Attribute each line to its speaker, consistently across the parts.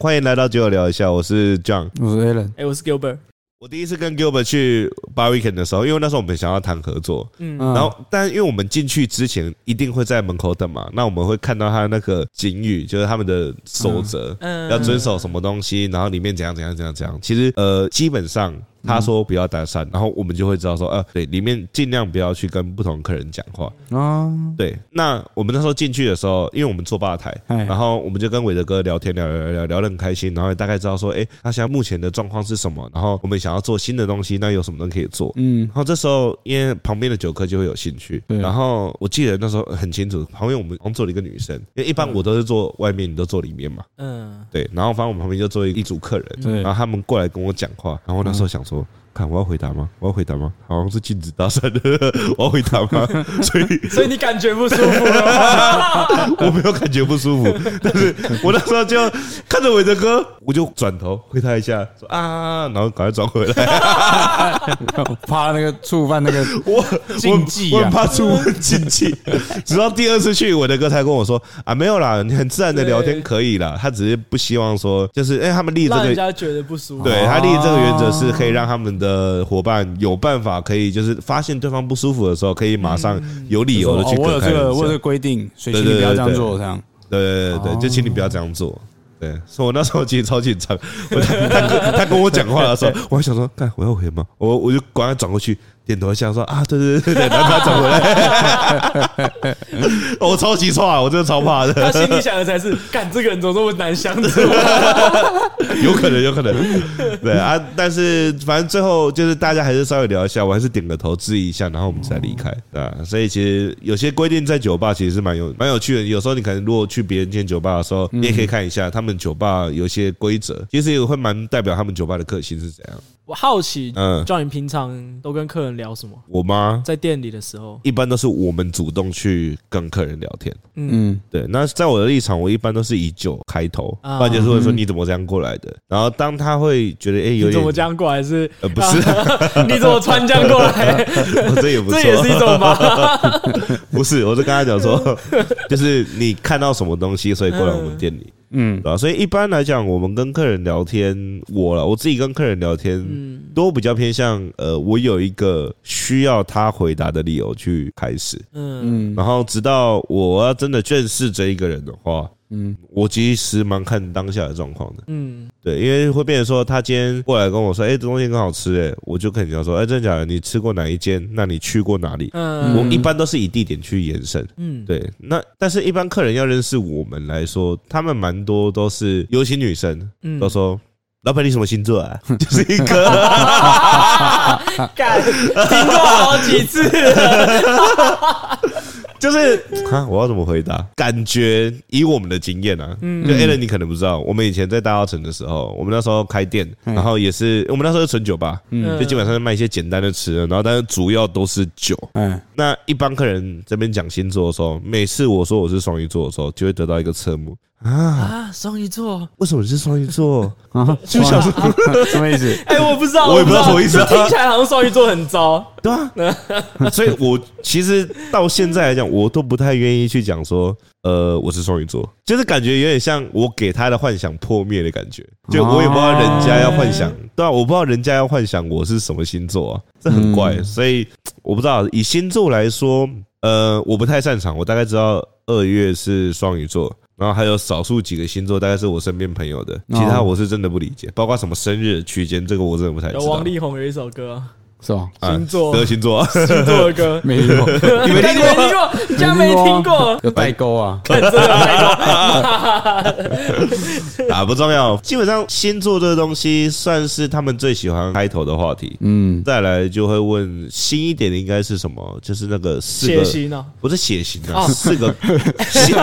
Speaker 1: 欢迎来到酒友聊一下，我是 John。
Speaker 2: 我是 Alan，
Speaker 3: 哎、我是 Gilbert，
Speaker 1: 我第一次跟 Gilbert 去 Bar Weekend 的时候，因为那时候我们想要谈合作，
Speaker 3: 嗯，
Speaker 2: 嗯
Speaker 1: 然后但因为我们进去之前一定会在门口等嘛，那我们会看到他那个警语，就是他们的守则，
Speaker 3: 嗯
Speaker 1: 要遵守什么东西，然后里面怎样怎样怎样怎样。其实呃，基本上他说不要搭讪，然后我们就会知道说，呃，对，里面尽量不要去跟不同客人讲话。
Speaker 2: 啊，
Speaker 1: 对，那我们那时候进去的时候，因为我们坐吧台，
Speaker 2: 哎
Speaker 1: 然后我们就跟伟德哥聊天，聊聊聊聊得很开心，然后也大概知道说，哎，他现在目前的状况是什么，然后我们想要做新的东西，那有什么东西可以做？
Speaker 2: 嗯
Speaker 1: 然后这时候，因为旁边的酒客就会有兴趣。
Speaker 2: 对
Speaker 1: 然后我记得那时候很清楚，旁边我们好像坐了一个女生，因为一般我都是坐外面，你都坐里面嘛。
Speaker 3: 嗯，
Speaker 1: 对，然后反正我们旁边就坐一组客人，
Speaker 2: 对嗯
Speaker 1: 然后他们过来跟我讲话，然后那时候想说。看，我要回答吗？我要回答吗？好像是禁止搭讪的， 我要回答 吗？所以
Speaker 3: 所以你感觉不舒服了吗？
Speaker 1: 我没有感觉不舒服， 但是我那时候就看着伟德哥，我就转头回他一下，说啊，然后赶快转回来。
Speaker 2: 我怕那个触犯那个，
Speaker 1: 我
Speaker 2: 禁忌啊
Speaker 1: 我我很怕触碰禁 忌。直到第二次去，我的哥才跟我说啊，没有啦，你很自然的聊天可以啦。他只是不希望说，就是哎、他们立这
Speaker 3: 让人
Speaker 1: 个，
Speaker 3: 家觉得不舒服。
Speaker 1: 对他立这个原则是可以让他们的伙伴有办法可以，就是发现对方不舒服的时候，可以马上 有理由的去
Speaker 2: 哦我有
Speaker 1: 隔开
Speaker 2: 这
Speaker 1: 人
Speaker 2: 个，
Speaker 1: 家
Speaker 2: 我有这个规定，所以
Speaker 1: 对
Speaker 2: 请你
Speaker 1: 对
Speaker 2: 不要
Speaker 1: 对
Speaker 2: 这样
Speaker 1: 对
Speaker 2: 做，这样。
Speaker 1: 对对对对，就请你不要这样做。对，所以我那时候其实超紧张，我他他他跟我讲话的时候，我还想说，看我要回吗？我我就赶快转过去，点头一下说啊， 对对对对，然后他转回来， 我超级怕，我真的超怕
Speaker 3: 他
Speaker 1: 的，
Speaker 3: 心里想的才是，干这个人怎么这么难相处？
Speaker 1: 有可能有可能，对啊，但是反正最后就是大家还是稍微聊一下，我还是点个头致意一下，然后我们才离开，对啊，所以其实有些规定在酒吧其实是蛮有蛮有趣的，有时候你可能如果去别人间酒吧的时候，你也可以看一下他们酒吧有一些规则，其实也会蛮代表他们酒吧的个性是怎样。
Speaker 3: 我好奇，
Speaker 1: 嗯，
Speaker 3: 叫你平常都跟客人聊什么？
Speaker 1: 我妈
Speaker 3: 在店里的时候，
Speaker 1: 一般都是我们主动去跟客人聊天。
Speaker 3: 嗯
Speaker 2: 嗯，
Speaker 1: 对，那在我的立场，我一般都是以酒开头，
Speaker 3: 啊
Speaker 1: 不然就是会说你怎么这样过来的。然后当他会觉得哎、有
Speaker 3: 你怎么
Speaker 1: 点
Speaker 3: 这样过来是？
Speaker 1: 呃不是，
Speaker 3: 你怎么穿这样过来？
Speaker 1: 我 这也不错，
Speaker 3: 这也是一种吧？
Speaker 1: 不是，我是跟他讲说， 就是你看到什么东西，所以过来我们店里，
Speaker 2: 嗯
Speaker 1: 对吧、所以一般来讲，我们跟客人聊天，我了，我自己跟客人聊天，
Speaker 3: 嗯
Speaker 1: 都比较偏向呃，我有一个需要他回答的理由去开始，
Speaker 3: 嗯
Speaker 2: 嗯
Speaker 1: 然后直到我要真的正视这一个人的话，
Speaker 2: 嗯
Speaker 1: 我其实蛮看当下的状况的。
Speaker 3: 嗯，
Speaker 1: 对，因为会变成说，他今天过来跟我说，哎、这东西很好吃、哎，我就肯定要说，哎、真的假的？你吃过哪一间？那你去过哪里？
Speaker 3: 嗯
Speaker 1: 我一般都是以地点去延伸。
Speaker 3: 嗯，
Speaker 1: 对，那但是一般客人要认识我们来说，他们蛮多都是，尤其女生
Speaker 3: 嗯
Speaker 1: 都说。老板，你什么星座啊？ 就是一 个，
Speaker 3: 干，听过好几次了。
Speaker 1: 就是啊，我要怎么回答？感觉以我们的经验啊，
Speaker 3: 嗯
Speaker 1: 就 a l a n 你可能不知道，我们以前在大稻城的时候，我们那时候开店，然后也是我们那时候是纯酒吧，
Speaker 2: 嗯，
Speaker 3: 嗯
Speaker 1: 就基本上是卖一些简单的吃的，然后但是主要都是酒。
Speaker 2: 哎，
Speaker 1: 那一般客人这边讲星座的时候，每次我说我是双鱼座的时候，就会得到一个侧目啊，
Speaker 3: 啊，双鱼座，
Speaker 1: 为什么你是双鱼 座？
Speaker 2: 啊，
Speaker 1: 就想说
Speaker 2: 什么意思？
Speaker 3: 哎、我不知道，
Speaker 1: 我也不知道什么意思啊
Speaker 3: 这听起来好像双鱼座很糟。
Speaker 1: 对啊， 所以我其实到现在来讲，我都不太愿意去讲说，呃，我是双鱼座，就是感觉有点像我给他的幻想破灭的感觉，就我也不知道人家要幻
Speaker 3: 哦
Speaker 1: 想，对啊，我不知道人家要幻想我是什么星座啊，这很怪，
Speaker 2: 嗯
Speaker 1: 所以我不知道以星座来说，呃，我不太擅长，我大概知道二月是双鱼座。然后还有少数几个星座，大概是我身边朋友的，其
Speaker 3: 哦
Speaker 1: 他我是真的不理解，包括什么生日区间，这个我真的不太知
Speaker 3: 有
Speaker 1: 道。
Speaker 3: 王力宏有一首歌，
Speaker 2: 是吧？，
Speaker 1: 啊
Speaker 3: 星座
Speaker 1: 得星座，
Speaker 3: 星座的歌
Speaker 2: 没听过，
Speaker 3: 你没听过？你竟然没听过？
Speaker 2: 有代沟啊？
Speaker 1: 哎
Speaker 3: 看真的没听过，
Speaker 1: 啊，不重要。基本上星座这个东西算是他们最喜欢开头的话题。
Speaker 2: 嗯，
Speaker 1: 再来就会问新一点的应该是什么？就是那个四
Speaker 3: 血
Speaker 1: 个
Speaker 3: 型哦，
Speaker 1: 不是血型啊，
Speaker 3: 哦
Speaker 1: 四 个血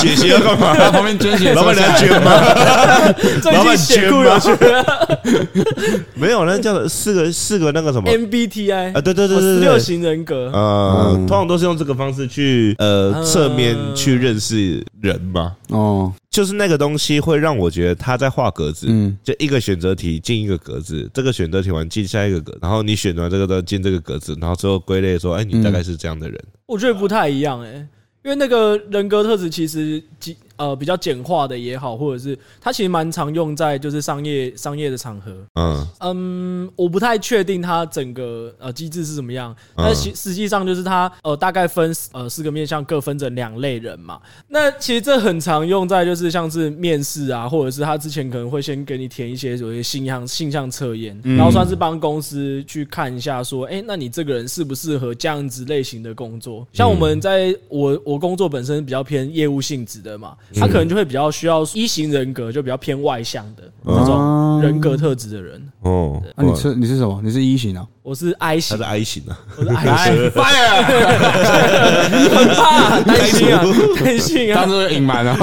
Speaker 1: 血型要干嘛？
Speaker 2: 在旁边捐血，
Speaker 1: 老板娘捐
Speaker 3: 啊
Speaker 1: 吗？
Speaker 3: 最
Speaker 1: 老板
Speaker 3: 近血库
Speaker 1: 捐
Speaker 3: 有
Speaker 1: 吗
Speaker 3: 去
Speaker 1: 没有，那叫四个四个那个什么
Speaker 3: MBTI
Speaker 1: 啊？对对对对
Speaker 3: 十哦六
Speaker 1: 对。
Speaker 3: 型人格，
Speaker 1: 呃，
Speaker 2: 嗯
Speaker 1: 通常都是用这个方式去呃
Speaker 3: 嗯
Speaker 1: 侧面去认识人嘛，
Speaker 2: 哦，
Speaker 1: 就是那个东西会让我觉得他在画格子，
Speaker 2: 嗯
Speaker 1: 就一个选择题进一个格子，这个选择题完进下一个格，然后你选完这个的进这个格子，然后最后归类说，哎，你大概是这样的人。
Speaker 3: 我觉得不太一样哎、因为那个人格特质其实几呃比较简化的也好，或者是它其实蛮常用在就是商业商业的场合。
Speaker 1: 嗯
Speaker 3: 嗯，我不太确定它整个呃机制是怎么样，
Speaker 1: 嗯
Speaker 3: 但实实际上就是它呃大概分呃四个面向各分成两类人嘛。那其实这很常用在就是像是面试啊，或者是他之前可能会先给你填一些所谓性向性向测验，
Speaker 2: 嗯
Speaker 3: 然后算是帮公司去看一下说，哎、那你这个人适不适合这样子类型的工作？像我们在我我工作本身比较偏业务性质的嘛，他可能就会比较需要一型人格，就比较偏外向的
Speaker 2: 嗯
Speaker 1: 嗯
Speaker 3: 这种人格特质的人。
Speaker 1: 哦，
Speaker 3: 啊
Speaker 2: 那啊你
Speaker 1: 哇
Speaker 2: 是你是什么？你是一型啊？
Speaker 3: 我是 I
Speaker 1: 他
Speaker 3: 型
Speaker 1: 是，I 型啊，
Speaker 3: 我是 I 型，
Speaker 2: fire！
Speaker 3: 很怕担心啊，担心
Speaker 2: 当
Speaker 3: 啊。
Speaker 2: 初隐 瞒了，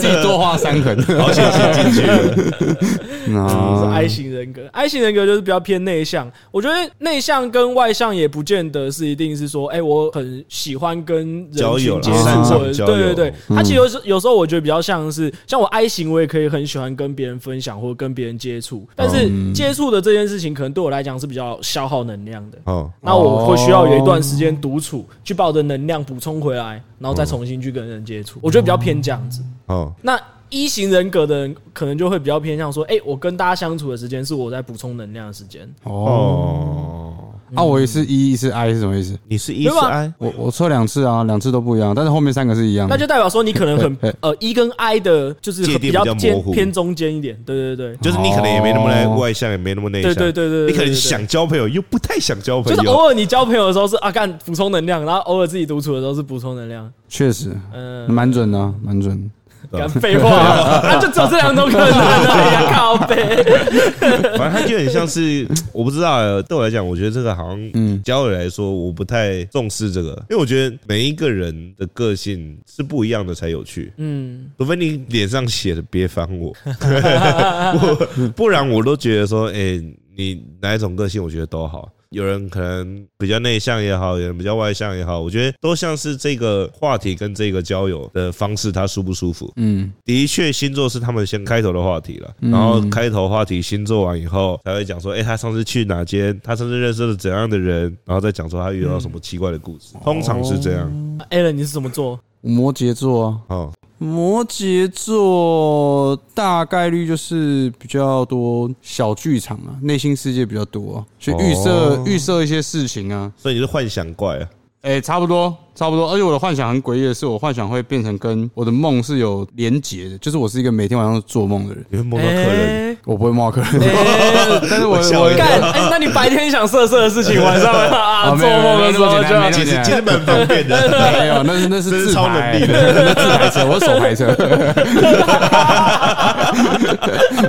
Speaker 2: 自己多画三横。
Speaker 1: 好险是进去了，
Speaker 3: 我是
Speaker 1: 嗯
Speaker 2: 啊
Speaker 3: I 型人格，I 型人格就是比较偏内向。我觉得内向跟外向也不见得是一定是说，哎、我很喜欢跟人
Speaker 1: 交友
Speaker 3: 群
Speaker 1: 啦
Speaker 3: 接
Speaker 2: 擅
Speaker 3: 触，
Speaker 2: 长
Speaker 3: 或者
Speaker 1: 交友嗯
Speaker 3: 对对对。他其实有时有时候我觉得比较像是，像我 I 型，我也可以很喜欢跟别人分享或跟别人接触，但是接触的这件事情可能对我来讲是比较消耗能量的。
Speaker 1: 哦，
Speaker 3: 那我会需要有一段时间独处，去把我的能量补充回来，然后再重新去跟人接触。我觉得比较偏这样子。
Speaker 1: 哦，
Speaker 3: 那一型人格的人可能就会比较偏向说，哎，我跟大家相处的时间是我在补充能量的时间。
Speaker 1: 哦，
Speaker 2: 啊，我也是一，是 I 是什么意思？
Speaker 1: 你是 E
Speaker 3: 没
Speaker 1: 是
Speaker 3: 有啊
Speaker 1: I，
Speaker 2: 我我测两次啊，两次都不一样，但是后面三个是一样的。
Speaker 3: 那就代表说你可能
Speaker 2: 嘿
Speaker 3: 很
Speaker 2: 嘿
Speaker 3: 呃一跟 I 的就是
Speaker 1: 界定
Speaker 3: 比
Speaker 1: 比较
Speaker 3: 较偏
Speaker 1: 模糊
Speaker 3: 偏中间一点，对对对，
Speaker 1: 就是你可能也没那么外向，也没那么内向，
Speaker 3: 对对对对对，
Speaker 1: 你可能
Speaker 3: 对
Speaker 1: 想交朋友又不太想交朋
Speaker 3: 就是
Speaker 1: 友，
Speaker 3: 偶尔你交朋友的时候是啊干补充能量，然后偶尔自己独处的时候是补充能量，
Speaker 2: 确实
Speaker 3: 嗯、
Speaker 2: 蛮准的啊，蛮准。
Speaker 3: 干废 话，啊就只有这两种可能啊，靠背。
Speaker 1: 反正他就很像是 我不知道欸，对我来讲，我觉得这个好像
Speaker 2: 嗯
Speaker 1: 交友来说，我不太重视这个，因为我觉得每一个人的个性是不一样的才有趣。
Speaker 3: 嗯，
Speaker 1: 除非你脸上写的别烦我，我不然我都觉得说，哎、你哪一种个性，我觉得都好。有人可能比较内向也好，有人比较外向也好，我觉得都像是这个话题跟这个交友的方式，它舒不舒服。
Speaker 2: 嗯，
Speaker 1: 的确，星座是他们先开头的话题了，然后开头话题星座完以后，才会讲说，哎、他上次去哪间，他上次认识了怎样的人，然后再讲说他遇到什么奇怪的故事，通常是这样。
Speaker 3: a l a n 嗯你是怎么做？
Speaker 2: 摩羯座啊，
Speaker 1: 哦，
Speaker 2: 摩羯座大概率就是比较多小剧场啊，内心世界比较多、啊，去预设
Speaker 1: 哦
Speaker 2: 预设一些事情啊。
Speaker 1: 所以你是幻想怪啊？
Speaker 2: 哎、差不多，差不多。而且我的幻想很诡异的是，我幻想会变成跟我的梦是有连结的，就是我是一个每天晚上都做梦的人。
Speaker 1: 你会梦到客人？
Speaker 2: 我不会冒客 人，
Speaker 3: 哎
Speaker 2: 但是我
Speaker 1: 我吓
Speaker 2: 我
Speaker 1: 我一跳
Speaker 3: 干，哎，那你白天想色色的事情，晚上啊
Speaker 2: 啊没
Speaker 3: 做
Speaker 2: 有
Speaker 3: 梦的时候
Speaker 2: 没有没有那么
Speaker 1: 其
Speaker 2: 简单没有那么
Speaker 3: 就
Speaker 1: 实其实蛮方便 的。
Speaker 2: 没有，那是那是
Speaker 1: 这是
Speaker 2: 自
Speaker 1: 超
Speaker 2: 排
Speaker 1: 能力
Speaker 2: 那是自排车，我是手 排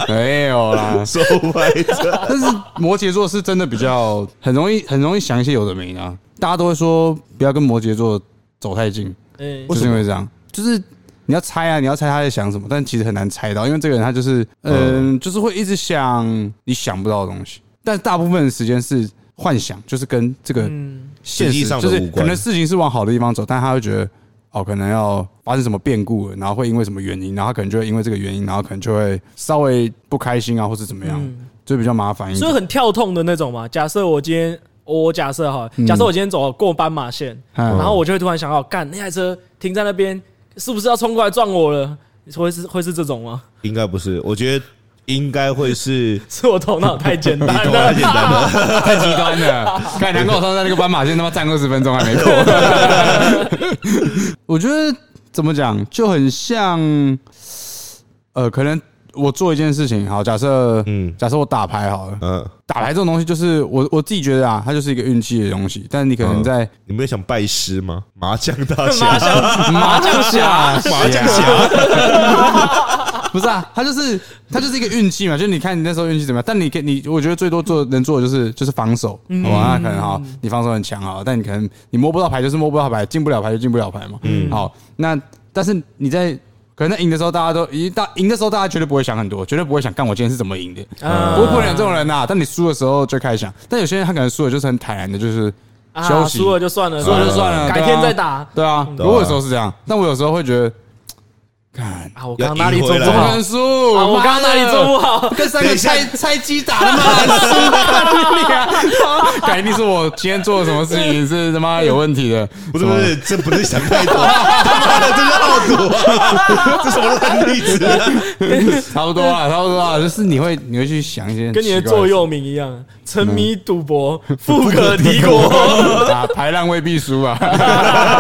Speaker 2: 车，没有啦。
Speaker 1: 受害者。
Speaker 2: 但是摩羯座是真的比较很容易，很容易想一些有的没的啊。大家都会说不要跟摩羯座走太近，
Speaker 3: 哎
Speaker 2: 就是因为这样，就是你要猜啊，你要猜他在想什么，但其实很难猜到，因为这个人他就是嗯、就是会一直想你想不到的东西，但大部分的时间是幻想，就是跟这个
Speaker 3: 嗯，
Speaker 2: 现
Speaker 1: 实际
Speaker 2: 实
Speaker 1: 上的
Speaker 2: 就是
Speaker 1: 无关
Speaker 2: 可能事情是往好的地方走，但他会觉得哦，可能要发生什么变故了，然后会因为什么原因，然后他可能就会因为这个原因，然后可能就会稍微不开心啊，或是怎么样，就比较麻烦一
Speaker 3: 嗯哎所以
Speaker 2: 点。
Speaker 3: 很跳痛的那种嘛。假设我今天，我假设哈，假设我今天走过斑马线，
Speaker 2: 嗯
Speaker 3: 然后我就会突然想到，干那台车停在那边，是不是要冲过来撞我了？会是会是这种吗？
Speaker 1: 应该不是，我觉得应该会是
Speaker 3: 是我头脑太简单
Speaker 1: 头脑
Speaker 3: 了
Speaker 1: 太，简单了，
Speaker 2: 太极端 了，看难怪我上次在那个斑马线他妈站二十分钟还没过。 我觉得怎么讲就很像，呃，可能我做一件事情，好，假设
Speaker 1: 嗯
Speaker 2: 嗯，假设我打牌好了，
Speaker 1: 嗯，
Speaker 2: 打牌这种东西就是我我自己觉得啊，它就是一个运气的东西，但你可 能在
Speaker 1: 你没有想拜师吗？麻将大
Speaker 3: 麻
Speaker 1: 侠，
Speaker 3: 将麻将侠，
Speaker 1: 麻将侠，
Speaker 2: 不是啊，它就是它就是一个运气嘛，就是你看你那时候运气怎么样，但你可以你我觉得最多做能做的就是就是防守，
Speaker 3: 嗯
Speaker 2: 好吧？那可能哈，你防守很强啊，但你可能你摸不到牌就是摸不到牌，进不了牌就进不了牌嘛。嗯，好，那但是你在。可能在赢的时候，大家都赢大赢的时候，大家绝对不会想很多，绝对不会想干我今天是怎么赢的。
Speaker 3: 啊
Speaker 2: 我不可能有这种人呐、啊但你输的时候就开始想，但有些人他可能输了就是很坦然的，就是休
Speaker 3: 啊，
Speaker 2: 息，
Speaker 3: 输了就算了，
Speaker 2: 输了就算了，
Speaker 3: 改
Speaker 2: 对
Speaker 3: 天
Speaker 2: 啊
Speaker 3: 再打。嗯
Speaker 2: 对啊，
Speaker 1: 对啊
Speaker 2: 我有时候是这样，但我有时候会觉得，看，
Speaker 3: 啊，我
Speaker 1: 要
Speaker 3: 刚刚哪里
Speaker 1: 赢
Speaker 3: 做
Speaker 1: 回
Speaker 3: 不
Speaker 2: 怎么
Speaker 1: 来
Speaker 2: 可
Speaker 3: 好
Speaker 2: 能？输？
Speaker 3: 啊，我
Speaker 2: 妈
Speaker 3: 刚刚
Speaker 2: 的
Speaker 3: 哪里做不 好？
Speaker 2: 跟三
Speaker 1: 等
Speaker 2: 个
Speaker 1: 一下
Speaker 2: 拆拆机打的嘛，输干 你啊！肯定是我今天做了什么事情是他妈有问题的，
Speaker 1: 不是不是，这不是想太多， 他妈的，这是傲 骨，这什么烂例子啊？
Speaker 2: 差不多了，差不多了，就是你会你会去想一些
Speaker 3: 跟你的
Speaker 2: 很奇怪
Speaker 3: 座
Speaker 2: 事
Speaker 3: 右铭一样，沉迷赌 博，富可敌国。
Speaker 2: 啊，排浪未必输啊，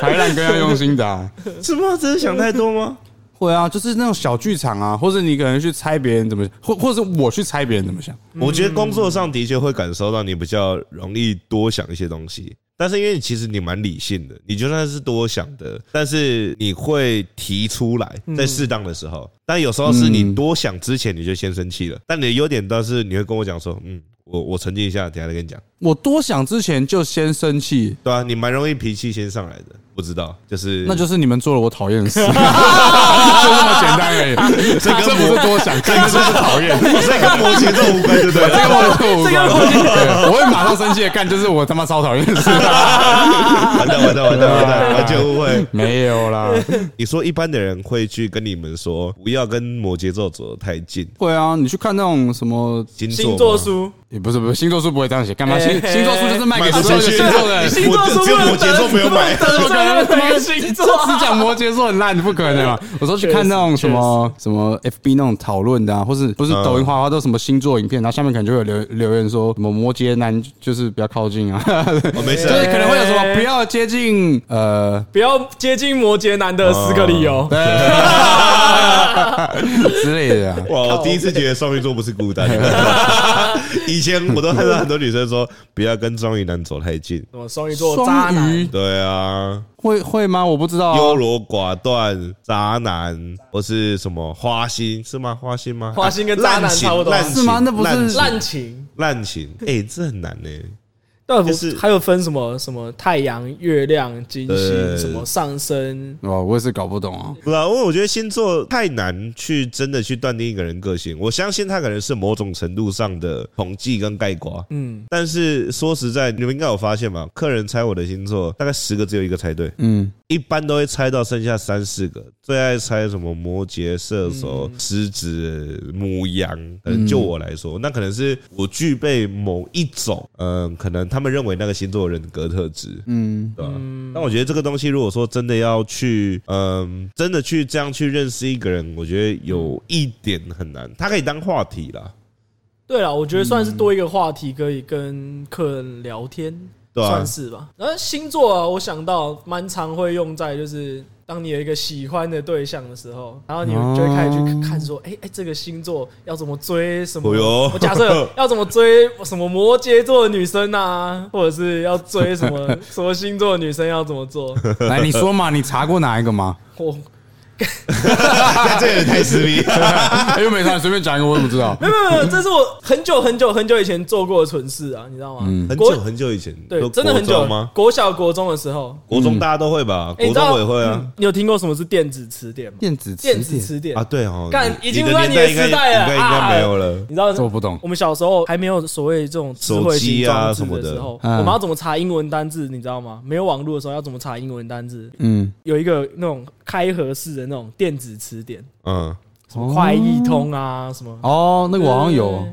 Speaker 2: 排浪更要用心打。
Speaker 1: 什么？这是想太多吗？
Speaker 2: 会啊，就是那种小剧场啊，或者你可能去猜别人怎么，或或者是我去猜别人怎么想。
Speaker 1: 我觉得工作上的确会感受到你比较容易多想一些东西，但是因为其实你蛮理性的，你就算是多想的，但是你会提出来，在适当的时候。但有时候是你多想之前你就先生气了，但你的优点倒是你会跟我讲说，嗯，我我沉浸一下，等一下再跟你讲，
Speaker 2: 我多想之前就先生气，
Speaker 1: 对啊，你蛮容易脾气先上来的，不知道就是
Speaker 2: 那就是你们做了我讨厌的 事，就这么简单而已。
Speaker 1: 这跟
Speaker 2: 这不是多想，这个就是讨厌。
Speaker 1: 哦所以跟摩羯座无关，对不对
Speaker 2: 这
Speaker 1: 了？
Speaker 2: 个我我
Speaker 3: 这个
Speaker 2: 我会马上生气的干，就是我他妈超讨厌的事。
Speaker 1: 完蛋完蛋完蛋完蛋，完全误会。
Speaker 2: 没有啦，
Speaker 1: 你说一般的人会去跟你们说，不要跟摩羯座走得太近，
Speaker 2: 会啊，你去看那种什么，
Speaker 1: 星座
Speaker 3: 星
Speaker 1: 吗
Speaker 3: 座 书，
Speaker 2: 也不是不是星座书不会这样写，干嘛
Speaker 3: 哎
Speaker 2: 星星座书就是卖给
Speaker 1: 卖给
Speaker 2: 所有的
Speaker 1: 谁
Speaker 2: 星座的人，
Speaker 1: 谁
Speaker 3: 星座书
Speaker 1: 我只有
Speaker 3: 不能
Speaker 1: 摩羯座
Speaker 3: 得
Speaker 1: 没有买
Speaker 3: 不能得
Speaker 2: 怎么可能
Speaker 3: 罪
Speaker 2: 这
Speaker 3: 任何星
Speaker 2: 这
Speaker 3: 座
Speaker 2: 只讲摩羯座很烂，不可能嘛！我说去看那种什么什么 FB 那种讨论的啊，或是不是抖音花花都什么星座影片，然后下面可能就会有留留言说什么摩羯男就是不要靠近啊，
Speaker 1: 哦，没事
Speaker 2: 就
Speaker 1: 啊
Speaker 2: 是可能会有什么不要接近呃
Speaker 3: 不要接近摩羯男的十个理由。
Speaker 2: 之类的啊。
Speaker 1: 哇，我第一次觉得双鱼座不是孤 单的。以前我都看到很多女生说，不要跟双鱼男走太近。
Speaker 3: 什么双鱼座渣
Speaker 2: 双
Speaker 3: 男？
Speaker 2: 鱼
Speaker 1: 对啊，
Speaker 2: 会会吗？我不知
Speaker 3: 哦
Speaker 2: 道啊。
Speaker 1: 优柔寡断、渣男，或是什么花心是吗？花心吗？
Speaker 3: 花心跟渣男
Speaker 1: 烂情
Speaker 3: 差不多啊
Speaker 1: 烂情
Speaker 2: 是吗那不是
Speaker 1: 烂情
Speaker 3: 滥情。
Speaker 1: 滥情？哎，这很难呢。
Speaker 3: 但不
Speaker 1: 就是
Speaker 3: 还有分什么什么太阳、月亮、金星，
Speaker 1: 呃
Speaker 3: 什么上升，
Speaker 2: 哦，我也是搞不懂啊。
Speaker 1: 不知道，因为我觉得星座太难去真的去断定一个人个性。我相信他可能是某种程度上的统计跟概括。
Speaker 3: 嗯，
Speaker 1: 但是说实在，你们应该有发现吧？客人猜我的星座，大概十个只有一个猜对，
Speaker 2: 嗯，
Speaker 1: 一般都会猜到剩下三四个。最爱猜什么摩羯、射手、狮子、母羊。嗯，就我来说，那可能是我具备某一种，嗯，可能他们认为那个星座的人格特质。
Speaker 2: 嗯，
Speaker 1: 对吧？但我觉得这个东西，如果说真的要去，嗯，真的去这样去认识一个人，我觉得有一点很难。他可以当话题 啦，
Speaker 3: 对了，我觉得算是
Speaker 1: 嗯
Speaker 3: 多一个话题可以跟客人聊天，
Speaker 1: 对啊吧、
Speaker 3: 算是吧。然后星座啊，我想到蛮常会用在就是当你有一个喜欢的对象的时候，然后你就会开始去看说，哎哎，这个星座要怎么追什么？
Speaker 1: 哦哟
Speaker 3: 我 假设要怎么追什么摩羯座的女生啊，或者是要追什 么什么星座的女生要怎么做？哦
Speaker 2: 来你说嘛，你查过哪一个吗？
Speaker 3: 我
Speaker 1: 看这个人太私密，
Speaker 2: 哎又没查，随便讲一个，我怎么知道？
Speaker 3: 没有没有，没有这是我很久很久很久以前做过的蠢事啊，你知道吗？
Speaker 2: 嗯
Speaker 1: 很
Speaker 3: 国
Speaker 1: 久很久以前，
Speaker 3: 对
Speaker 1: 都，
Speaker 3: 真的很
Speaker 1: 国
Speaker 3: 久
Speaker 1: 中吗？
Speaker 3: 国小国中的时候，
Speaker 1: 国中大家都会吧，
Speaker 3: 哎你
Speaker 1: 国
Speaker 3: 知道
Speaker 1: 中我也会啊
Speaker 3: 嗯你有听过什么是电子词典吗？
Speaker 2: 电子词
Speaker 3: 电子
Speaker 2: 典
Speaker 3: 词典
Speaker 1: 啊，，对哦，
Speaker 3: 干
Speaker 1: 你
Speaker 3: 已经
Speaker 1: 你
Speaker 3: 不
Speaker 1: 的
Speaker 3: 在
Speaker 1: 年代应
Speaker 3: 你的
Speaker 1: 该
Speaker 3: 时代了
Speaker 1: 应该应该
Speaker 3: 啊
Speaker 1: 没有了。
Speaker 3: 你知道
Speaker 2: 这我不懂
Speaker 3: 我们小时候还没有所谓这种智慧型装置的
Speaker 1: 手，
Speaker 2: 啊机
Speaker 3: 时候
Speaker 2: 啊什么的嗯
Speaker 3: 我们要怎么查英文单字？你知道吗？没有网络的时候要怎么查英文单字？
Speaker 2: 嗯，
Speaker 3: 有一个那种开合式的那种电子词典，
Speaker 1: 嗯，
Speaker 3: 什么快易通啊，什么
Speaker 2: 哦，那个我好像有
Speaker 3: 对。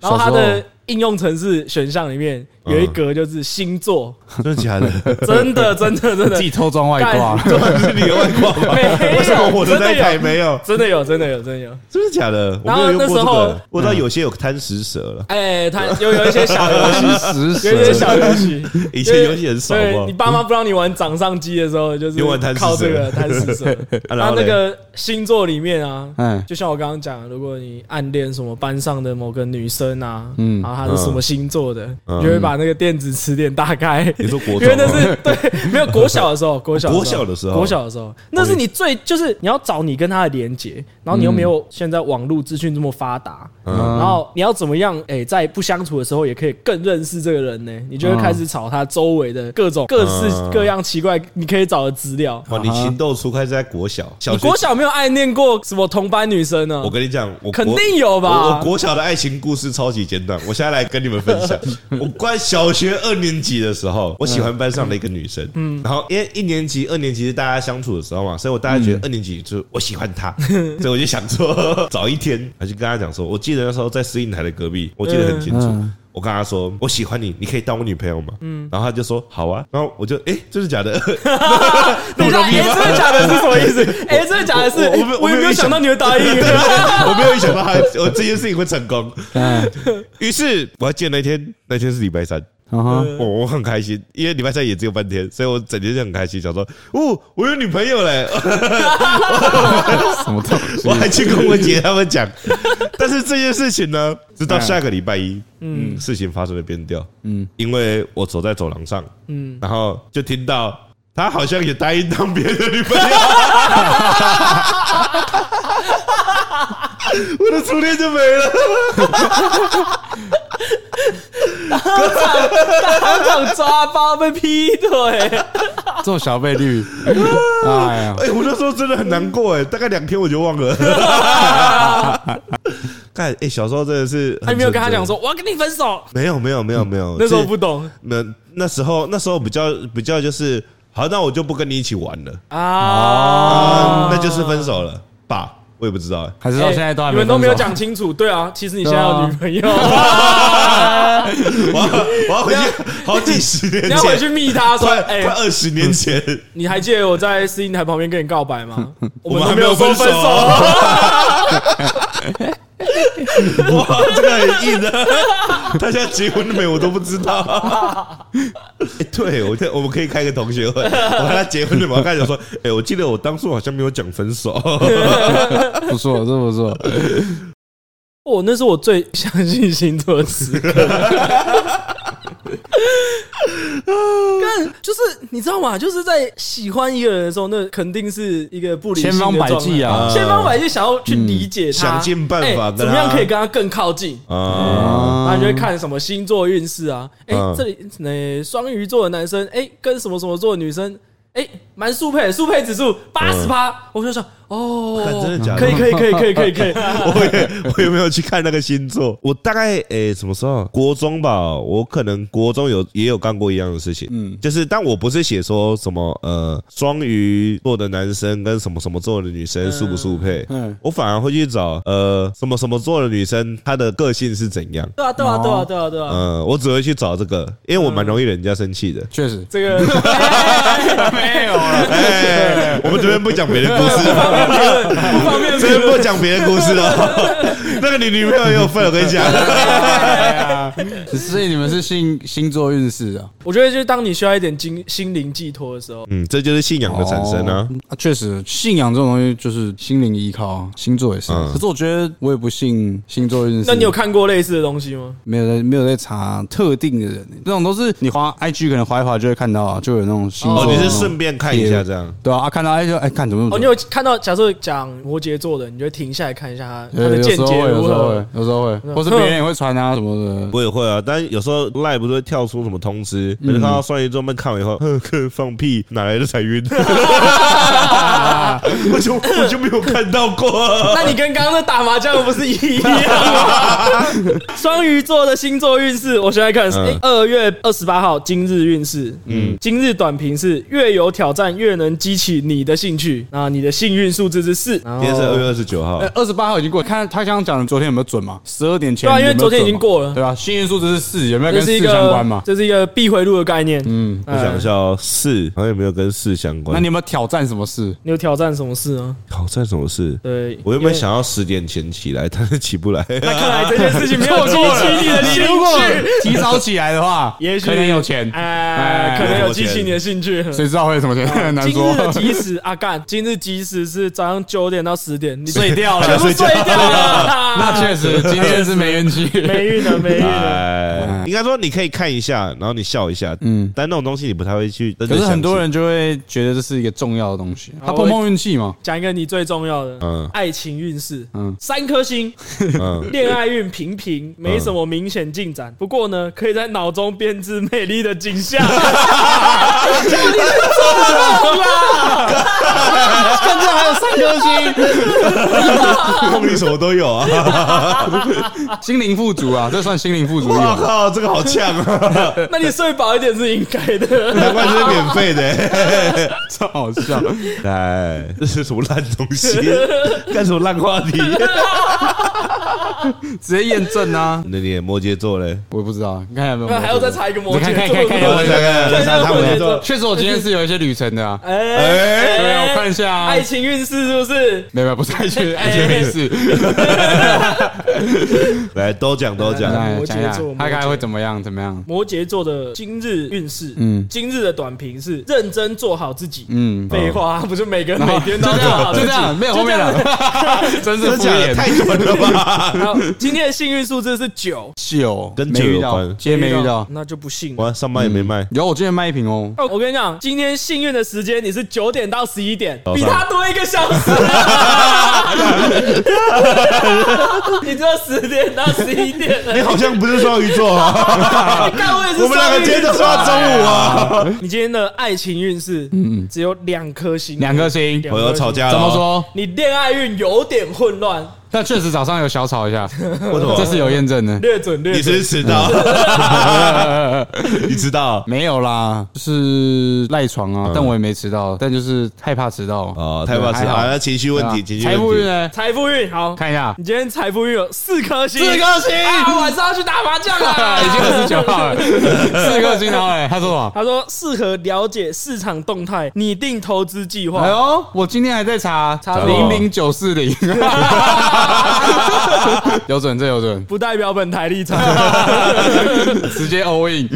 Speaker 3: 然后它
Speaker 2: 小时
Speaker 3: 的应用程式选项里面
Speaker 2: 嗯
Speaker 3: 有一格就是星座，
Speaker 1: 嗯真的假的？ 啊
Speaker 3: 真的真的 真
Speaker 2: 自
Speaker 3: 的
Speaker 2: 己偷装外挂
Speaker 3: 干，
Speaker 1: 是你的外挂吗？
Speaker 3: 没有
Speaker 1: 为什么我的那台没有？
Speaker 3: 真的有真的有真的有。
Speaker 1: 真的假的？我
Speaker 3: 然
Speaker 1: 没
Speaker 3: 后
Speaker 1: 有用过这
Speaker 3: 那时候嗯
Speaker 1: 个。我知道有些有贪食蛇了，
Speaker 3: 哎，它有有一些小 游戏，
Speaker 2: 实
Speaker 3: 有一些
Speaker 2: 时
Speaker 3: 小游戏。
Speaker 1: 以前游戏很少
Speaker 3: 对
Speaker 1: 吧
Speaker 3: 你？爸妈不让你玩掌上机的时候，就是
Speaker 1: 你玩贪吃蛇
Speaker 3: 靠这个贪 食蛇。
Speaker 1: 啊
Speaker 3: 然
Speaker 1: 后
Speaker 3: 后
Speaker 1: 嘞
Speaker 3: 那个星座里面啊，
Speaker 2: 嗯
Speaker 3: 就像我刚刚讲的，如果你暗恋什么班上的某个女生啊，
Speaker 2: 嗯
Speaker 3: 然后她是什么星座的，
Speaker 1: 嗯
Speaker 3: 你就会把那个电子词典打开，
Speaker 1: 你说国中吗啊
Speaker 3: 因为那 是对没有国小的时候，国小
Speaker 1: 国小的时候
Speaker 3: 国小的时候，那是你最就是你要找你跟她的连接，然后你又没有现在网络资讯这么发达，
Speaker 1: 嗯
Speaker 3: 然后你要怎么样？哎、在不相处的时候，也可以更认识这个人呢。你就会开始找他周围的各种、各式
Speaker 1: 嗯
Speaker 3: 各样奇怪你可以找的资料。
Speaker 1: 哦哇，你情窦初开是在国小，小
Speaker 3: 啊你
Speaker 1: 学
Speaker 3: 国小没有暗恋过什么同班女生呢
Speaker 1: 我？跟你讲，我国
Speaker 3: 肯定有吧
Speaker 1: 我我国小的爱情故事超级简短，我现在来跟你们分 享，我关小学二年级的时候，我
Speaker 3: 嗯
Speaker 1: 喜欢班上的一个女生，嗯，然后因为一年级、二年级是大家相处的时候嘛，所以我大概
Speaker 3: 嗯
Speaker 1: 觉得二年级就是我喜欢 她，所以我就想说 早一天，我就跟她讲说，我记得那时候在司令台的隔壁，我记得很清楚。
Speaker 2: 嗯
Speaker 1: 我跟她说我喜欢你，你可以当我女朋友吗？嗯，然后她就说好啊，然后我就哎，这是假 的，
Speaker 3: 等一下，哎，真的假的是什么意思？哎，真的假的是，
Speaker 1: 我我没有
Speaker 3: 我也没有想到你会答应。
Speaker 1: 我没有想到她，我这件事情会成功。
Speaker 2: 哎
Speaker 1: 于是我还记得那天，那天是礼拜三，哦
Speaker 2: 嗯哼，
Speaker 1: 我我很开心，因为礼拜三也只有半天，所以我整天就很开心，想说，哦，我有女朋友 嘞，
Speaker 2: 什么东
Speaker 1: 我还
Speaker 2: 西？
Speaker 1: 去跟我姐他们讲。 但是这件事情呢，直到下个礼拜一，嗯，事情发生了变调，嗯，因为我走在走廊上，嗯，然后就听到她好像也答应当别人的女朋 友。我的初恋就没了，
Speaker 3: 当场抓包被劈腿，
Speaker 2: 这种小倍率，哎呀，
Speaker 1: 哎、我那时候真的很难过，哎，大概两天我就忘了。 看，哎，小时候真的是很纯真，
Speaker 3: 还啊没有跟他讲说我要跟你分手，
Speaker 1: 没有没有没有没有，
Speaker 3: 那时候
Speaker 1: 是
Speaker 3: 不懂
Speaker 1: 那那时候那时候比较比较就是，好，那我就不跟你一起玩了
Speaker 3: 啊
Speaker 1: 啊，，那就是分手了吧？我也不知道 哎，
Speaker 2: 还是
Speaker 3: 哎。
Speaker 2: 到现在都还
Speaker 3: 你们都没有
Speaker 2: 分手
Speaker 3: 讲清楚，对啊，其实你现在有女朋 友，
Speaker 1: 我要我要回去好几十年
Speaker 3: 你
Speaker 1: 前
Speaker 3: 要，回去密他说，
Speaker 1: 快
Speaker 3: 哎
Speaker 1: 快，二十年前，
Speaker 3: 你还记得我在司音台旁边跟你告白 吗？我
Speaker 1: 们
Speaker 3: 都
Speaker 1: 还
Speaker 3: 没
Speaker 1: 没有
Speaker 3: 说
Speaker 1: 分
Speaker 3: 分
Speaker 1: 手啊
Speaker 3: 手。
Speaker 1: 哇，这个很硬的， 他现在结婚了没？我都不知道。 哎对，我我们可以开个同学会，我看他结婚了嘛，我看讲说，哎，我记得我当初好像没有讲分手，
Speaker 2: 不错，这不错，
Speaker 3: 哦，那是我最相信星座的时刻。 但就是你知道吗？就是在喜欢一个人的时候，那肯定是一个不理性的
Speaker 2: 千方百
Speaker 3: 状态
Speaker 2: 计啊
Speaker 3: 千方百计想要去理解他，
Speaker 1: 嗯想尽办法啊跟
Speaker 3: 哎
Speaker 1: 他
Speaker 3: 怎么样可以跟他更靠近。
Speaker 1: 啊，
Speaker 3: 啊，你就会看什么星座运势啊？哎、
Speaker 1: 嗯
Speaker 3: 这里那双鱼座的男生，哎、跟什么什么座的女生，哎、蛮速配，速配指数八十八，我就想，哦
Speaker 1: 嗯看，真的假的
Speaker 3: 可以可以可以可以可以可以，
Speaker 1: 我也我也没有去看那个星座。我大概诶、什么时候？国中吧，我可能国中有也有干过一样的事情。嗯，就是但我不是写说什么呃双鱼座的男生跟什么什么座的女生速不速配，
Speaker 2: 嗯
Speaker 1: 嗯，我反而会去找呃什么什么座的女生她的个性是怎样。
Speaker 3: 对啊对啊对啊对啊对啊，
Speaker 1: 嗯，我只会去找这个，因为我蛮容易惹人家生气的。
Speaker 2: 确实
Speaker 3: 这个 没有啊了，
Speaker 1: 哎，我们这边不讲别的故 事，
Speaker 3: 不方便
Speaker 1: 这边不讲别嗯的故事哦。 那个你女朋友也有份，我跟你 讲。
Speaker 2: 所以你们是信星座运势啊？
Speaker 3: 我觉得就是当你需要一点精心灵寄托的时候，
Speaker 1: 嗯，这就是信仰的产生啊。
Speaker 2: 哦！确实，信仰这种东西就是心灵依靠啊，星座也是。
Speaker 1: 嗯
Speaker 2: 可是我觉得我也不信星座运势。
Speaker 3: 那你有看过类似的东西吗？
Speaker 2: 没有在没有在查特定的人？这种都是你滑 IG 可能滑一滑就会看到啊，就有那种星座
Speaker 1: 哦，
Speaker 2: 的那
Speaker 1: 你
Speaker 2: 种。
Speaker 1: 是顺便看一下这样。
Speaker 2: 对啊，啊看到哎就哎看怎么怎
Speaker 1: 嗯
Speaker 2: 么
Speaker 3: 哦，你
Speaker 2: 准。
Speaker 3: 有看到，假设讲摩羯座的，你就会停下来看一下他他
Speaker 2: 对
Speaker 3: 的
Speaker 2: 有
Speaker 3: 见
Speaker 2: 时候
Speaker 3: 解
Speaker 2: 会，有
Speaker 3: 如
Speaker 2: 时候
Speaker 3: 何嗯
Speaker 2: 会，。有时候会，或是别人也会传啊什么的。
Speaker 1: 我也会啊，但有时候赖不是会跳出什么通知，
Speaker 2: 嗯
Speaker 1: 每次看到双鱼座们看完以后， 哼，哼放屁，哪来的彩云？ 我就我就没有看到 过啊。
Speaker 3: 那你跟刚刚那打麻将不是一样吗？ 双鱼座的星座运势，我现在看是
Speaker 1: 嗯
Speaker 3: 诶二月二十八号今日运势。嗯，今日短评是越有挑战越能激起你的兴趣。那你的幸运数字是四，
Speaker 1: 今天是二月二十九号
Speaker 2: 哎，，二十八号已经过了，看他刚刚讲的昨天有没有准嘛？十二点前
Speaker 3: 对啊因为
Speaker 2: 有没有准嘛
Speaker 3: 昨天已经过了
Speaker 2: 对吧？幸运数值是四，有没有
Speaker 3: 这
Speaker 2: 跟
Speaker 3: 是
Speaker 2: 四
Speaker 3: 一
Speaker 2: 相关
Speaker 3: 个
Speaker 2: 嘛？
Speaker 3: 这是一个必回路的概念。嗯，
Speaker 1: 我想一下哦，四好像也没有跟四相关。
Speaker 2: 那你有没有挑战什么事？
Speaker 3: 你有挑战什么事吗？
Speaker 1: 挑战什么事？
Speaker 3: 对，
Speaker 1: 我原本
Speaker 3: 因为，
Speaker 1: 想要十点前起来， 但是起不 来。
Speaker 3: 那看来这件事情没 有激起你的兴
Speaker 2: 如果
Speaker 3: 趣，
Speaker 2: 提早起来的话，
Speaker 3: 也许
Speaker 2: 可能有钱，
Speaker 3: 哎，可能有激起你的兴趣。
Speaker 2: 谁知道会有什么钱？很 难
Speaker 3: 哦今
Speaker 2: 说
Speaker 3: 日。的即时啊，干，今日即时是早上九点到十点，你睡掉
Speaker 1: 了
Speaker 3: 全部 睡掉了。
Speaker 2: 那确实，今天是没运气。
Speaker 3: 没运了，没运了。
Speaker 1: 哎，应该说你可以看一下，然后你笑一下，嗯，但那种东西你不太会去。可
Speaker 2: 可是很多，人就会觉得这是一个重要的东西，他
Speaker 3: 好
Speaker 2: 碰碰运气 嘛。
Speaker 3: 讲一个你最重要的，
Speaker 1: 嗯
Speaker 3: 爱情运势，
Speaker 2: 嗯
Speaker 3: 三颗星，
Speaker 1: 嗯，
Speaker 3: 恋爱运平平，没什么明显进展。 不过呢，可以在脑中编织美丽的景象。到底是怎
Speaker 2: 看这还有三颗 星，
Speaker 1: 梦里什么都 有啊！
Speaker 2: 心灵富足啊，这算心灵富 足
Speaker 1: 我
Speaker 2: 有。
Speaker 1: 靠，这个好呛啊！
Speaker 3: 那你睡饱一点是应该的。
Speaker 1: 难怪这是免费的。
Speaker 2: 超好 笑。
Speaker 1: 哎，这是什么烂东西？干什么烂话题？
Speaker 2: 直接验证 啊！
Speaker 1: 那你摩羯座嘞？
Speaker 2: 我也不知道，你看有没有摩羯
Speaker 3: 那
Speaker 2: 座？
Speaker 3: 还要再插一个摩羯
Speaker 2: 嗯你看
Speaker 3: 座
Speaker 2: 看看
Speaker 1: 我
Speaker 2: 看
Speaker 1: 看看，
Speaker 3: 对
Speaker 1: 啊他
Speaker 3: 哎摩羯
Speaker 1: 们
Speaker 3: 座
Speaker 2: 确实，我今天是有一些旅程的啊。
Speaker 3: 哎
Speaker 1: 哎
Speaker 2: 对啊，我看一下啊
Speaker 3: 爱。情运势是不是？
Speaker 2: 没有没有，不是爱情，
Speaker 3: 哎
Speaker 2: 爱情没事。
Speaker 1: 来都讲都讲。
Speaker 2: 来
Speaker 3: 摩羯座
Speaker 2: 讲一下
Speaker 3: 摩羯，
Speaker 2: 大概会怎么样？怎么样？
Speaker 3: 摩羯座的今日运势，
Speaker 2: 嗯
Speaker 3: 今日的短评是认真做好自己。
Speaker 2: 嗯，
Speaker 3: 废话，不是每个人
Speaker 2: 然后
Speaker 3: 每天
Speaker 1: 哦
Speaker 3: 都 做好
Speaker 2: 就
Speaker 3: 自
Speaker 2: 这
Speaker 3: 己。
Speaker 2: 样，没有后面了， 真
Speaker 1: 真
Speaker 2: 是
Speaker 1: 的
Speaker 2: 敷
Speaker 1: 假的？
Speaker 2: 衍。
Speaker 1: 太准了吧！
Speaker 3: 然后今天的幸运数字是九，
Speaker 2: 久
Speaker 1: 跟
Speaker 2: 没
Speaker 1: 酒有
Speaker 2: 遇到，
Speaker 1: 关
Speaker 2: 今天没遇到。
Speaker 3: 那就不幸了。
Speaker 1: 我上班也没卖，
Speaker 2: 有，我今天卖一瓶哦。
Speaker 3: 哦我跟你讲，今天幸运的时间你是九点到十一点，
Speaker 1: 早上
Speaker 3: 比他多一个 小时。你这十点到十一点了，
Speaker 1: 你好像不是双鱼座啊！
Speaker 3: 你看我也是
Speaker 1: 我们两个今天都说到中午啊，
Speaker 3: 你今天的爱情运势，嗯只有两颗星，
Speaker 2: 两颗星
Speaker 3: 两
Speaker 1: 我要吵。架了。
Speaker 2: 怎么？说？
Speaker 3: 你恋爱运有点混乱，
Speaker 2: 但确实早上有小吵一下，
Speaker 1: 为什么
Speaker 2: 这是有验 证的。
Speaker 3: 略准略
Speaker 1: 你
Speaker 3: 准。
Speaker 1: 是迟到？你迟到？
Speaker 2: 没有啦，就是赖床啊，但我也没迟到，但就是害怕迟到
Speaker 1: 嗯哦，太怕迟到，那情绪问题，情绪
Speaker 2: 啊财务
Speaker 1: 问
Speaker 2: 运
Speaker 1: 题。
Speaker 2: 呢？
Speaker 3: 财富运好，
Speaker 2: 看一下，
Speaker 3: 你今天财富运有四颗星，
Speaker 2: 四颗星
Speaker 3: 啊！晚上要去打麻将啊 了，
Speaker 2: 已经二十九号 了，四颗星，然后哎，他说什么？
Speaker 3: 他说适合了解市场动态，拟定投资计
Speaker 2: 哎
Speaker 3: 划。
Speaker 2: 呦，我今天还在查，查
Speaker 1: 什
Speaker 2: 零
Speaker 1: 么
Speaker 2: 零九四零， 有准这有准，
Speaker 3: 不代表本 台立场。
Speaker 2: 直接 all in，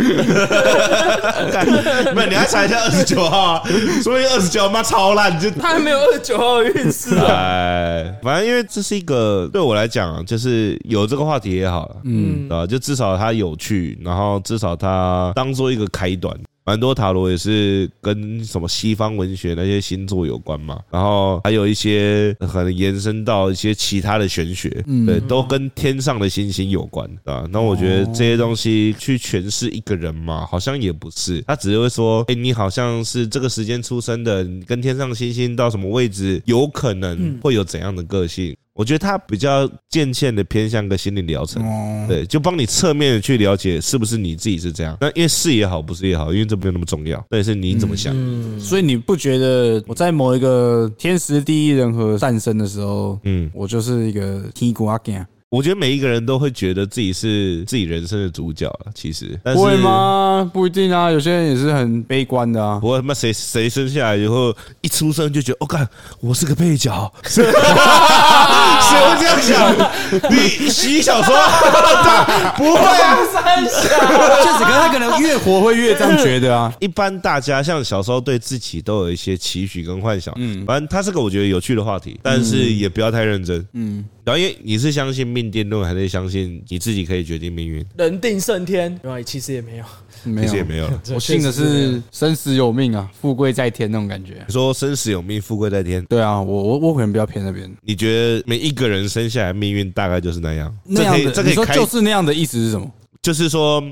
Speaker 1: 干没有，你还查一下二十九号啊？所以二十九妈超烂，你就
Speaker 3: 他还没有二十九号的运势啊。
Speaker 1: 哎， 反正因为这是一个对我来讲啊，就是有这个话题也好了，嗯，啊，就至少它有趣，然后至少它当做一个开端。蛮多塔罗也是跟什么西方文学那些星座有关嘛，然后还有一些可能延伸到一些其他的玄学，对，都跟天上的星星有关啊。那我觉得这些东西去诠释一个人嘛，好像也不是，他只是会说，哎，你好像是这个时间出生的，你跟天上星星到什么位置，有可能会有怎样的个性。我觉得他比较渐渐的偏向个心理疗程，
Speaker 2: 哦
Speaker 1: 对，就帮你侧面的去了解是不是你自己是这样。那因为是也好，不是也好，因为这没有那么重要，但是你怎么想？
Speaker 2: 所以你不觉得我在某一个天时地利人和诞生的时候，
Speaker 1: 嗯，
Speaker 2: 我就是一个踢骨阿健？
Speaker 1: 我觉得每一个人都会觉得自己是自己人生的主角了，其实，但是
Speaker 2: 会？吗？不一定啊，有些人也是很悲观的啊
Speaker 1: 不。过他妈谁谁生下来以后一出生就觉得，哦，干，我是个配角， 谁会这样想？你洗小说，不会 啊，
Speaker 3: 三小，
Speaker 2: 确实，可是他可能越活会越这样觉得啊。
Speaker 1: 一般大家像小时候对自己都有一些期许跟幻想，嗯，反正它是个我觉得有趣的话题，但是也不要太认真，嗯。然后因为你是相信命定论，还是相信你自己可以决定命运？
Speaker 3: 人定胜天，没有，其实也没有。
Speaker 2: 没
Speaker 1: 其
Speaker 2: 有
Speaker 1: 实也，没有了。
Speaker 2: 我信的是生死有命啊，富贵在天那种感觉
Speaker 1: 你。说生死有命，富贵在天。
Speaker 2: 对啊，我我我可能比较偏那边。
Speaker 1: 你觉得每一个人生下来命运大概就是那样？
Speaker 2: 那
Speaker 1: 这可
Speaker 2: 样
Speaker 1: 以，
Speaker 2: 的，
Speaker 1: 这可
Speaker 2: 你
Speaker 1: 以
Speaker 2: 说
Speaker 1: 开，
Speaker 2: 就是那样的意思是什么？
Speaker 1: 就是说，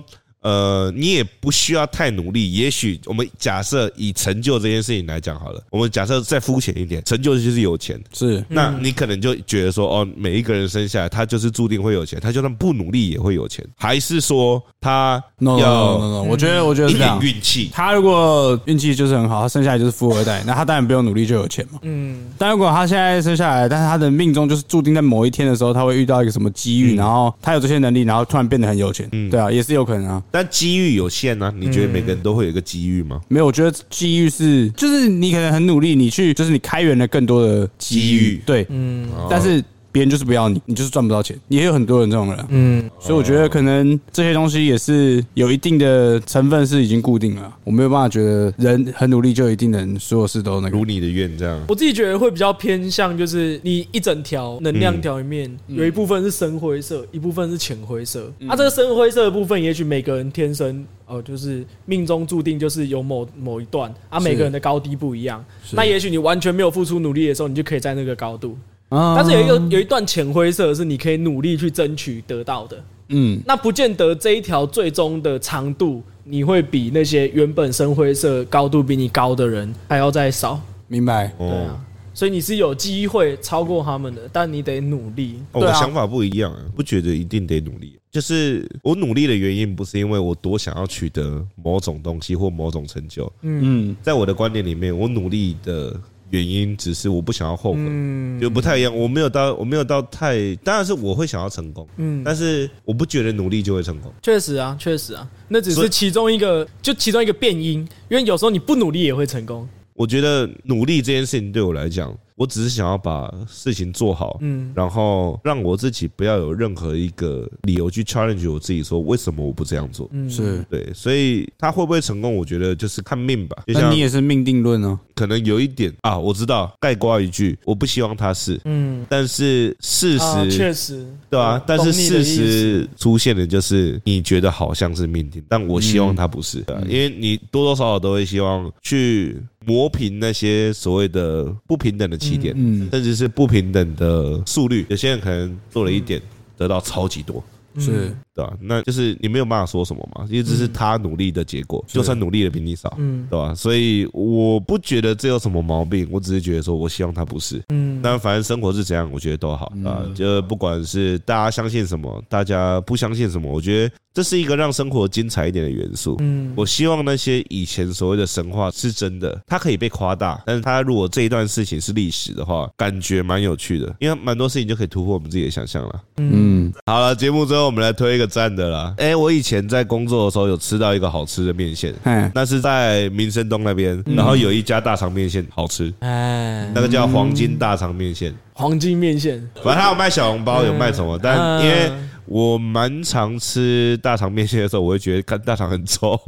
Speaker 1: 呃，你也不需要太努力。也许我们假设以成就这件事情来讲好了，我们假设再肤浅一点，成就就是有钱。
Speaker 2: 是
Speaker 1: 那你可能就觉得说，哦，每一个人生下来，他就是注定会有钱，他就算不努力也会有钱，还是说他
Speaker 2: no no no
Speaker 1: 要
Speaker 2: no，no，我觉得我觉得
Speaker 1: 一
Speaker 2: 是这
Speaker 1: 点
Speaker 2: 样。
Speaker 1: 运气？
Speaker 2: 他如果运气就是很好，他生下来就是富二代，那他当然不用努力就有钱嘛。
Speaker 3: 嗯，
Speaker 2: 但如果他现在生下来，但是他的命中就是注定在某一天的时候，他会遇到一个什么机
Speaker 1: 嗯
Speaker 2: 遇，然后他有这些能力，然后突然变得很有钱，对啊，也是有可能啊。
Speaker 1: 但机遇有限呢、你觉得每个人都会有一个机遇吗？
Speaker 2: 没有，我觉得机遇是，就是你可能很努力，你去，就是你开源了更多的机
Speaker 1: 机遇哦
Speaker 2: 对，嗯，但是别人就是不要你，你就是赚不到钱，也有很多人这种人啊，
Speaker 3: 嗯
Speaker 2: 所以我觉得可能这些东西也是有一定的成分是已经固定了，我没有办法觉得人很努力就一定能所有事都那个
Speaker 1: 如，你的愿这样。哦
Speaker 3: 我自己觉得会比较偏向，就是你一整条能量条里面，
Speaker 2: 嗯
Speaker 3: 有一部分是深灰色，一部分是浅灰色。啊，这个深灰色的部分，也许每个人天生哦、呃就是命中注定就是有某某一段啊，
Speaker 2: 是
Speaker 3: 每个人的高低不一样。那也许你完全没有付出努力的时候，你就可以在那个高度。
Speaker 2: 啊
Speaker 3: 但是有一个有一段浅灰色是你可以努力去争取得到的。
Speaker 2: 嗯，
Speaker 3: 那不见得这一条最终的长度，你会比那些原本深灰色高度比你高的人还要再少。
Speaker 2: 明白。
Speaker 3: 对
Speaker 1: 哦
Speaker 3: 啊，，所以你是有机会超过他们的，但你得努力。
Speaker 1: 哦
Speaker 2: 对
Speaker 1: 我
Speaker 2: 啊
Speaker 1: 想法不一样，不觉得一定得努力。就是我努力的原因，不是因为我多想要取得某种东西或某种成就。
Speaker 2: 嗯，
Speaker 1: 在我的观点里面，我努力的原因只是我不想要后悔，
Speaker 3: 嗯
Speaker 1: 就不太一样。我没有到，我没有到太，当然是我会想要成功，
Speaker 3: 嗯，
Speaker 1: 但是我不觉得努力就会成功。
Speaker 3: 确实啊，确实啊，那只
Speaker 1: 所
Speaker 3: 是
Speaker 1: 以
Speaker 3: 其中一个，就其中一个变因，因为有时候你不努力也会成功。
Speaker 1: 我觉得努力这件事情对我来讲，我只是想要把事情做好，
Speaker 3: 嗯
Speaker 1: 然后让我自己不要有任何一个理由去 challenge 我自己，说为什么我不这样做。
Speaker 3: 嗯，
Speaker 2: 是。
Speaker 1: 对，所以他会不会成功，我觉得就是看命吧。就
Speaker 2: 那
Speaker 1: 像
Speaker 2: 你也是命定论哦。
Speaker 1: 可能有一点啊，我知道盖瓜一句，我不希望他是，
Speaker 3: 嗯，
Speaker 1: 但是事
Speaker 3: 啊，
Speaker 1: 实
Speaker 3: 确实，
Speaker 1: 对啊，但是
Speaker 3: 懂你的
Speaker 1: 事
Speaker 3: 意思，
Speaker 1: 实出现的就是你觉得好像是命定，但我希望它不是，对
Speaker 3: 嗯
Speaker 1: 啊因为你多多少少都会希望去磨平那些所谓的不平等的起点，
Speaker 2: 嗯，
Speaker 1: 甚至是不平等的速率。有些人可能做了一点，得到超级多。
Speaker 2: 是
Speaker 1: 对吧、啊那就是你没有办法说什么嘛，因为这是他努力的结果，就算努力的比你少，
Speaker 3: 嗯
Speaker 1: 对吧、啊所以我不觉得这有什么毛病，我只是觉得说，我希望他不是。
Speaker 3: 嗯，
Speaker 1: 但反正生活是怎样，我觉得都好啊。就不管是大家相信什么，大家不相信什么，我觉得这是一个让生活精彩一点的元素。
Speaker 3: 嗯
Speaker 1: 我希望那些以前所谓的神话是真的，它可以被夸大，但是它如果这一段事情是历史的话，感觉蛮有趣的，因为蛮多事情就可以突破我们自己的想象了。
Speaker 2: 嗯，
Speaker 1: 好了，节目最后我们来推一个赞的啦。哎、我以前在工作的时候有吃到一个好吃的面线，
Speaker 2: 哎，
Speaker 1: 那是在民生东那边，然后有一家大肠面线好吃，
Speaker 3: 哎，
Speaker 1: 那个叫黄金大肠面线。
Speaker 3: 黄金面线，啊
Speaker 1: 反正他有卖小笼包，有卖什么，但
Speaker 3: 嗯
Speaker 1: 因为我蛮常吃大肠面线的时候，我会觉得看大肠很臭，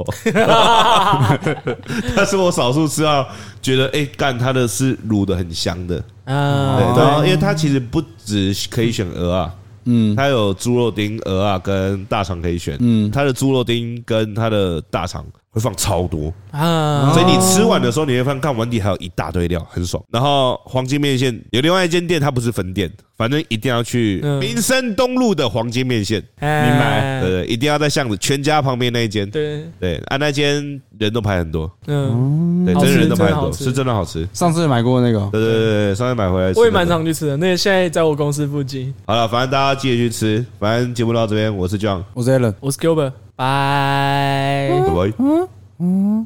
Speaker 1: 但是我少数吃到觉得，哎、干它的是卤的很香的，对，
Speaker 3: 啊，
Speaker 1: 然后因为它其实不只可以选鹅啊，
Speaker 2: 嗯
Speaker 1: 它有猪肉丁、鹅啊跟大肠可以选，
Speaker 2: 嗯，
Speaker 1: 它的猪肉丁跟它的大肠会放超多，
Speaker 3: 啊，
Speaker 1: 所以你吃完的时候，你会发现看碗底还有一大堆料，很爽。然后黄金面线有另外一间店，它不是分店，反正一定要去
Speaker 3: 嗯
Speaker 1: 民生东路的黄金面线，
Speaker 3: 明
Speaker 2: 白
Speaker 1: 对对，一定要在巷子全家旁边那一间。
Speaker 3: 哎对，
Speaker 1: 对，啊，那间人都排很多，
Speaker 3: 嗯，
Speaker 1: 对，
Speaker 3: 好
Speaker 1: 真
Speaker 3: 吃
Speaker 1: 的人都排很
Speaker 3: 真的好
Speaker 1: 多，
Speaker 3: 吃
Speaker 1: 是真的好吃。
Speaker 2: 上次买过那个哦，
Speaker 1: 对对对对，上次买回来吃。
Speaker 3: 我也蛮常去吃的，那个现在在我公司附近。
Speaker 1: 好了，反正大家记得去吃。反正节目到这边，我是 John，
Speaker 2: 我 Zalen。
Speaker 3: 嗯我是 Gilbert，拜。
Speaker 1: 拜拜。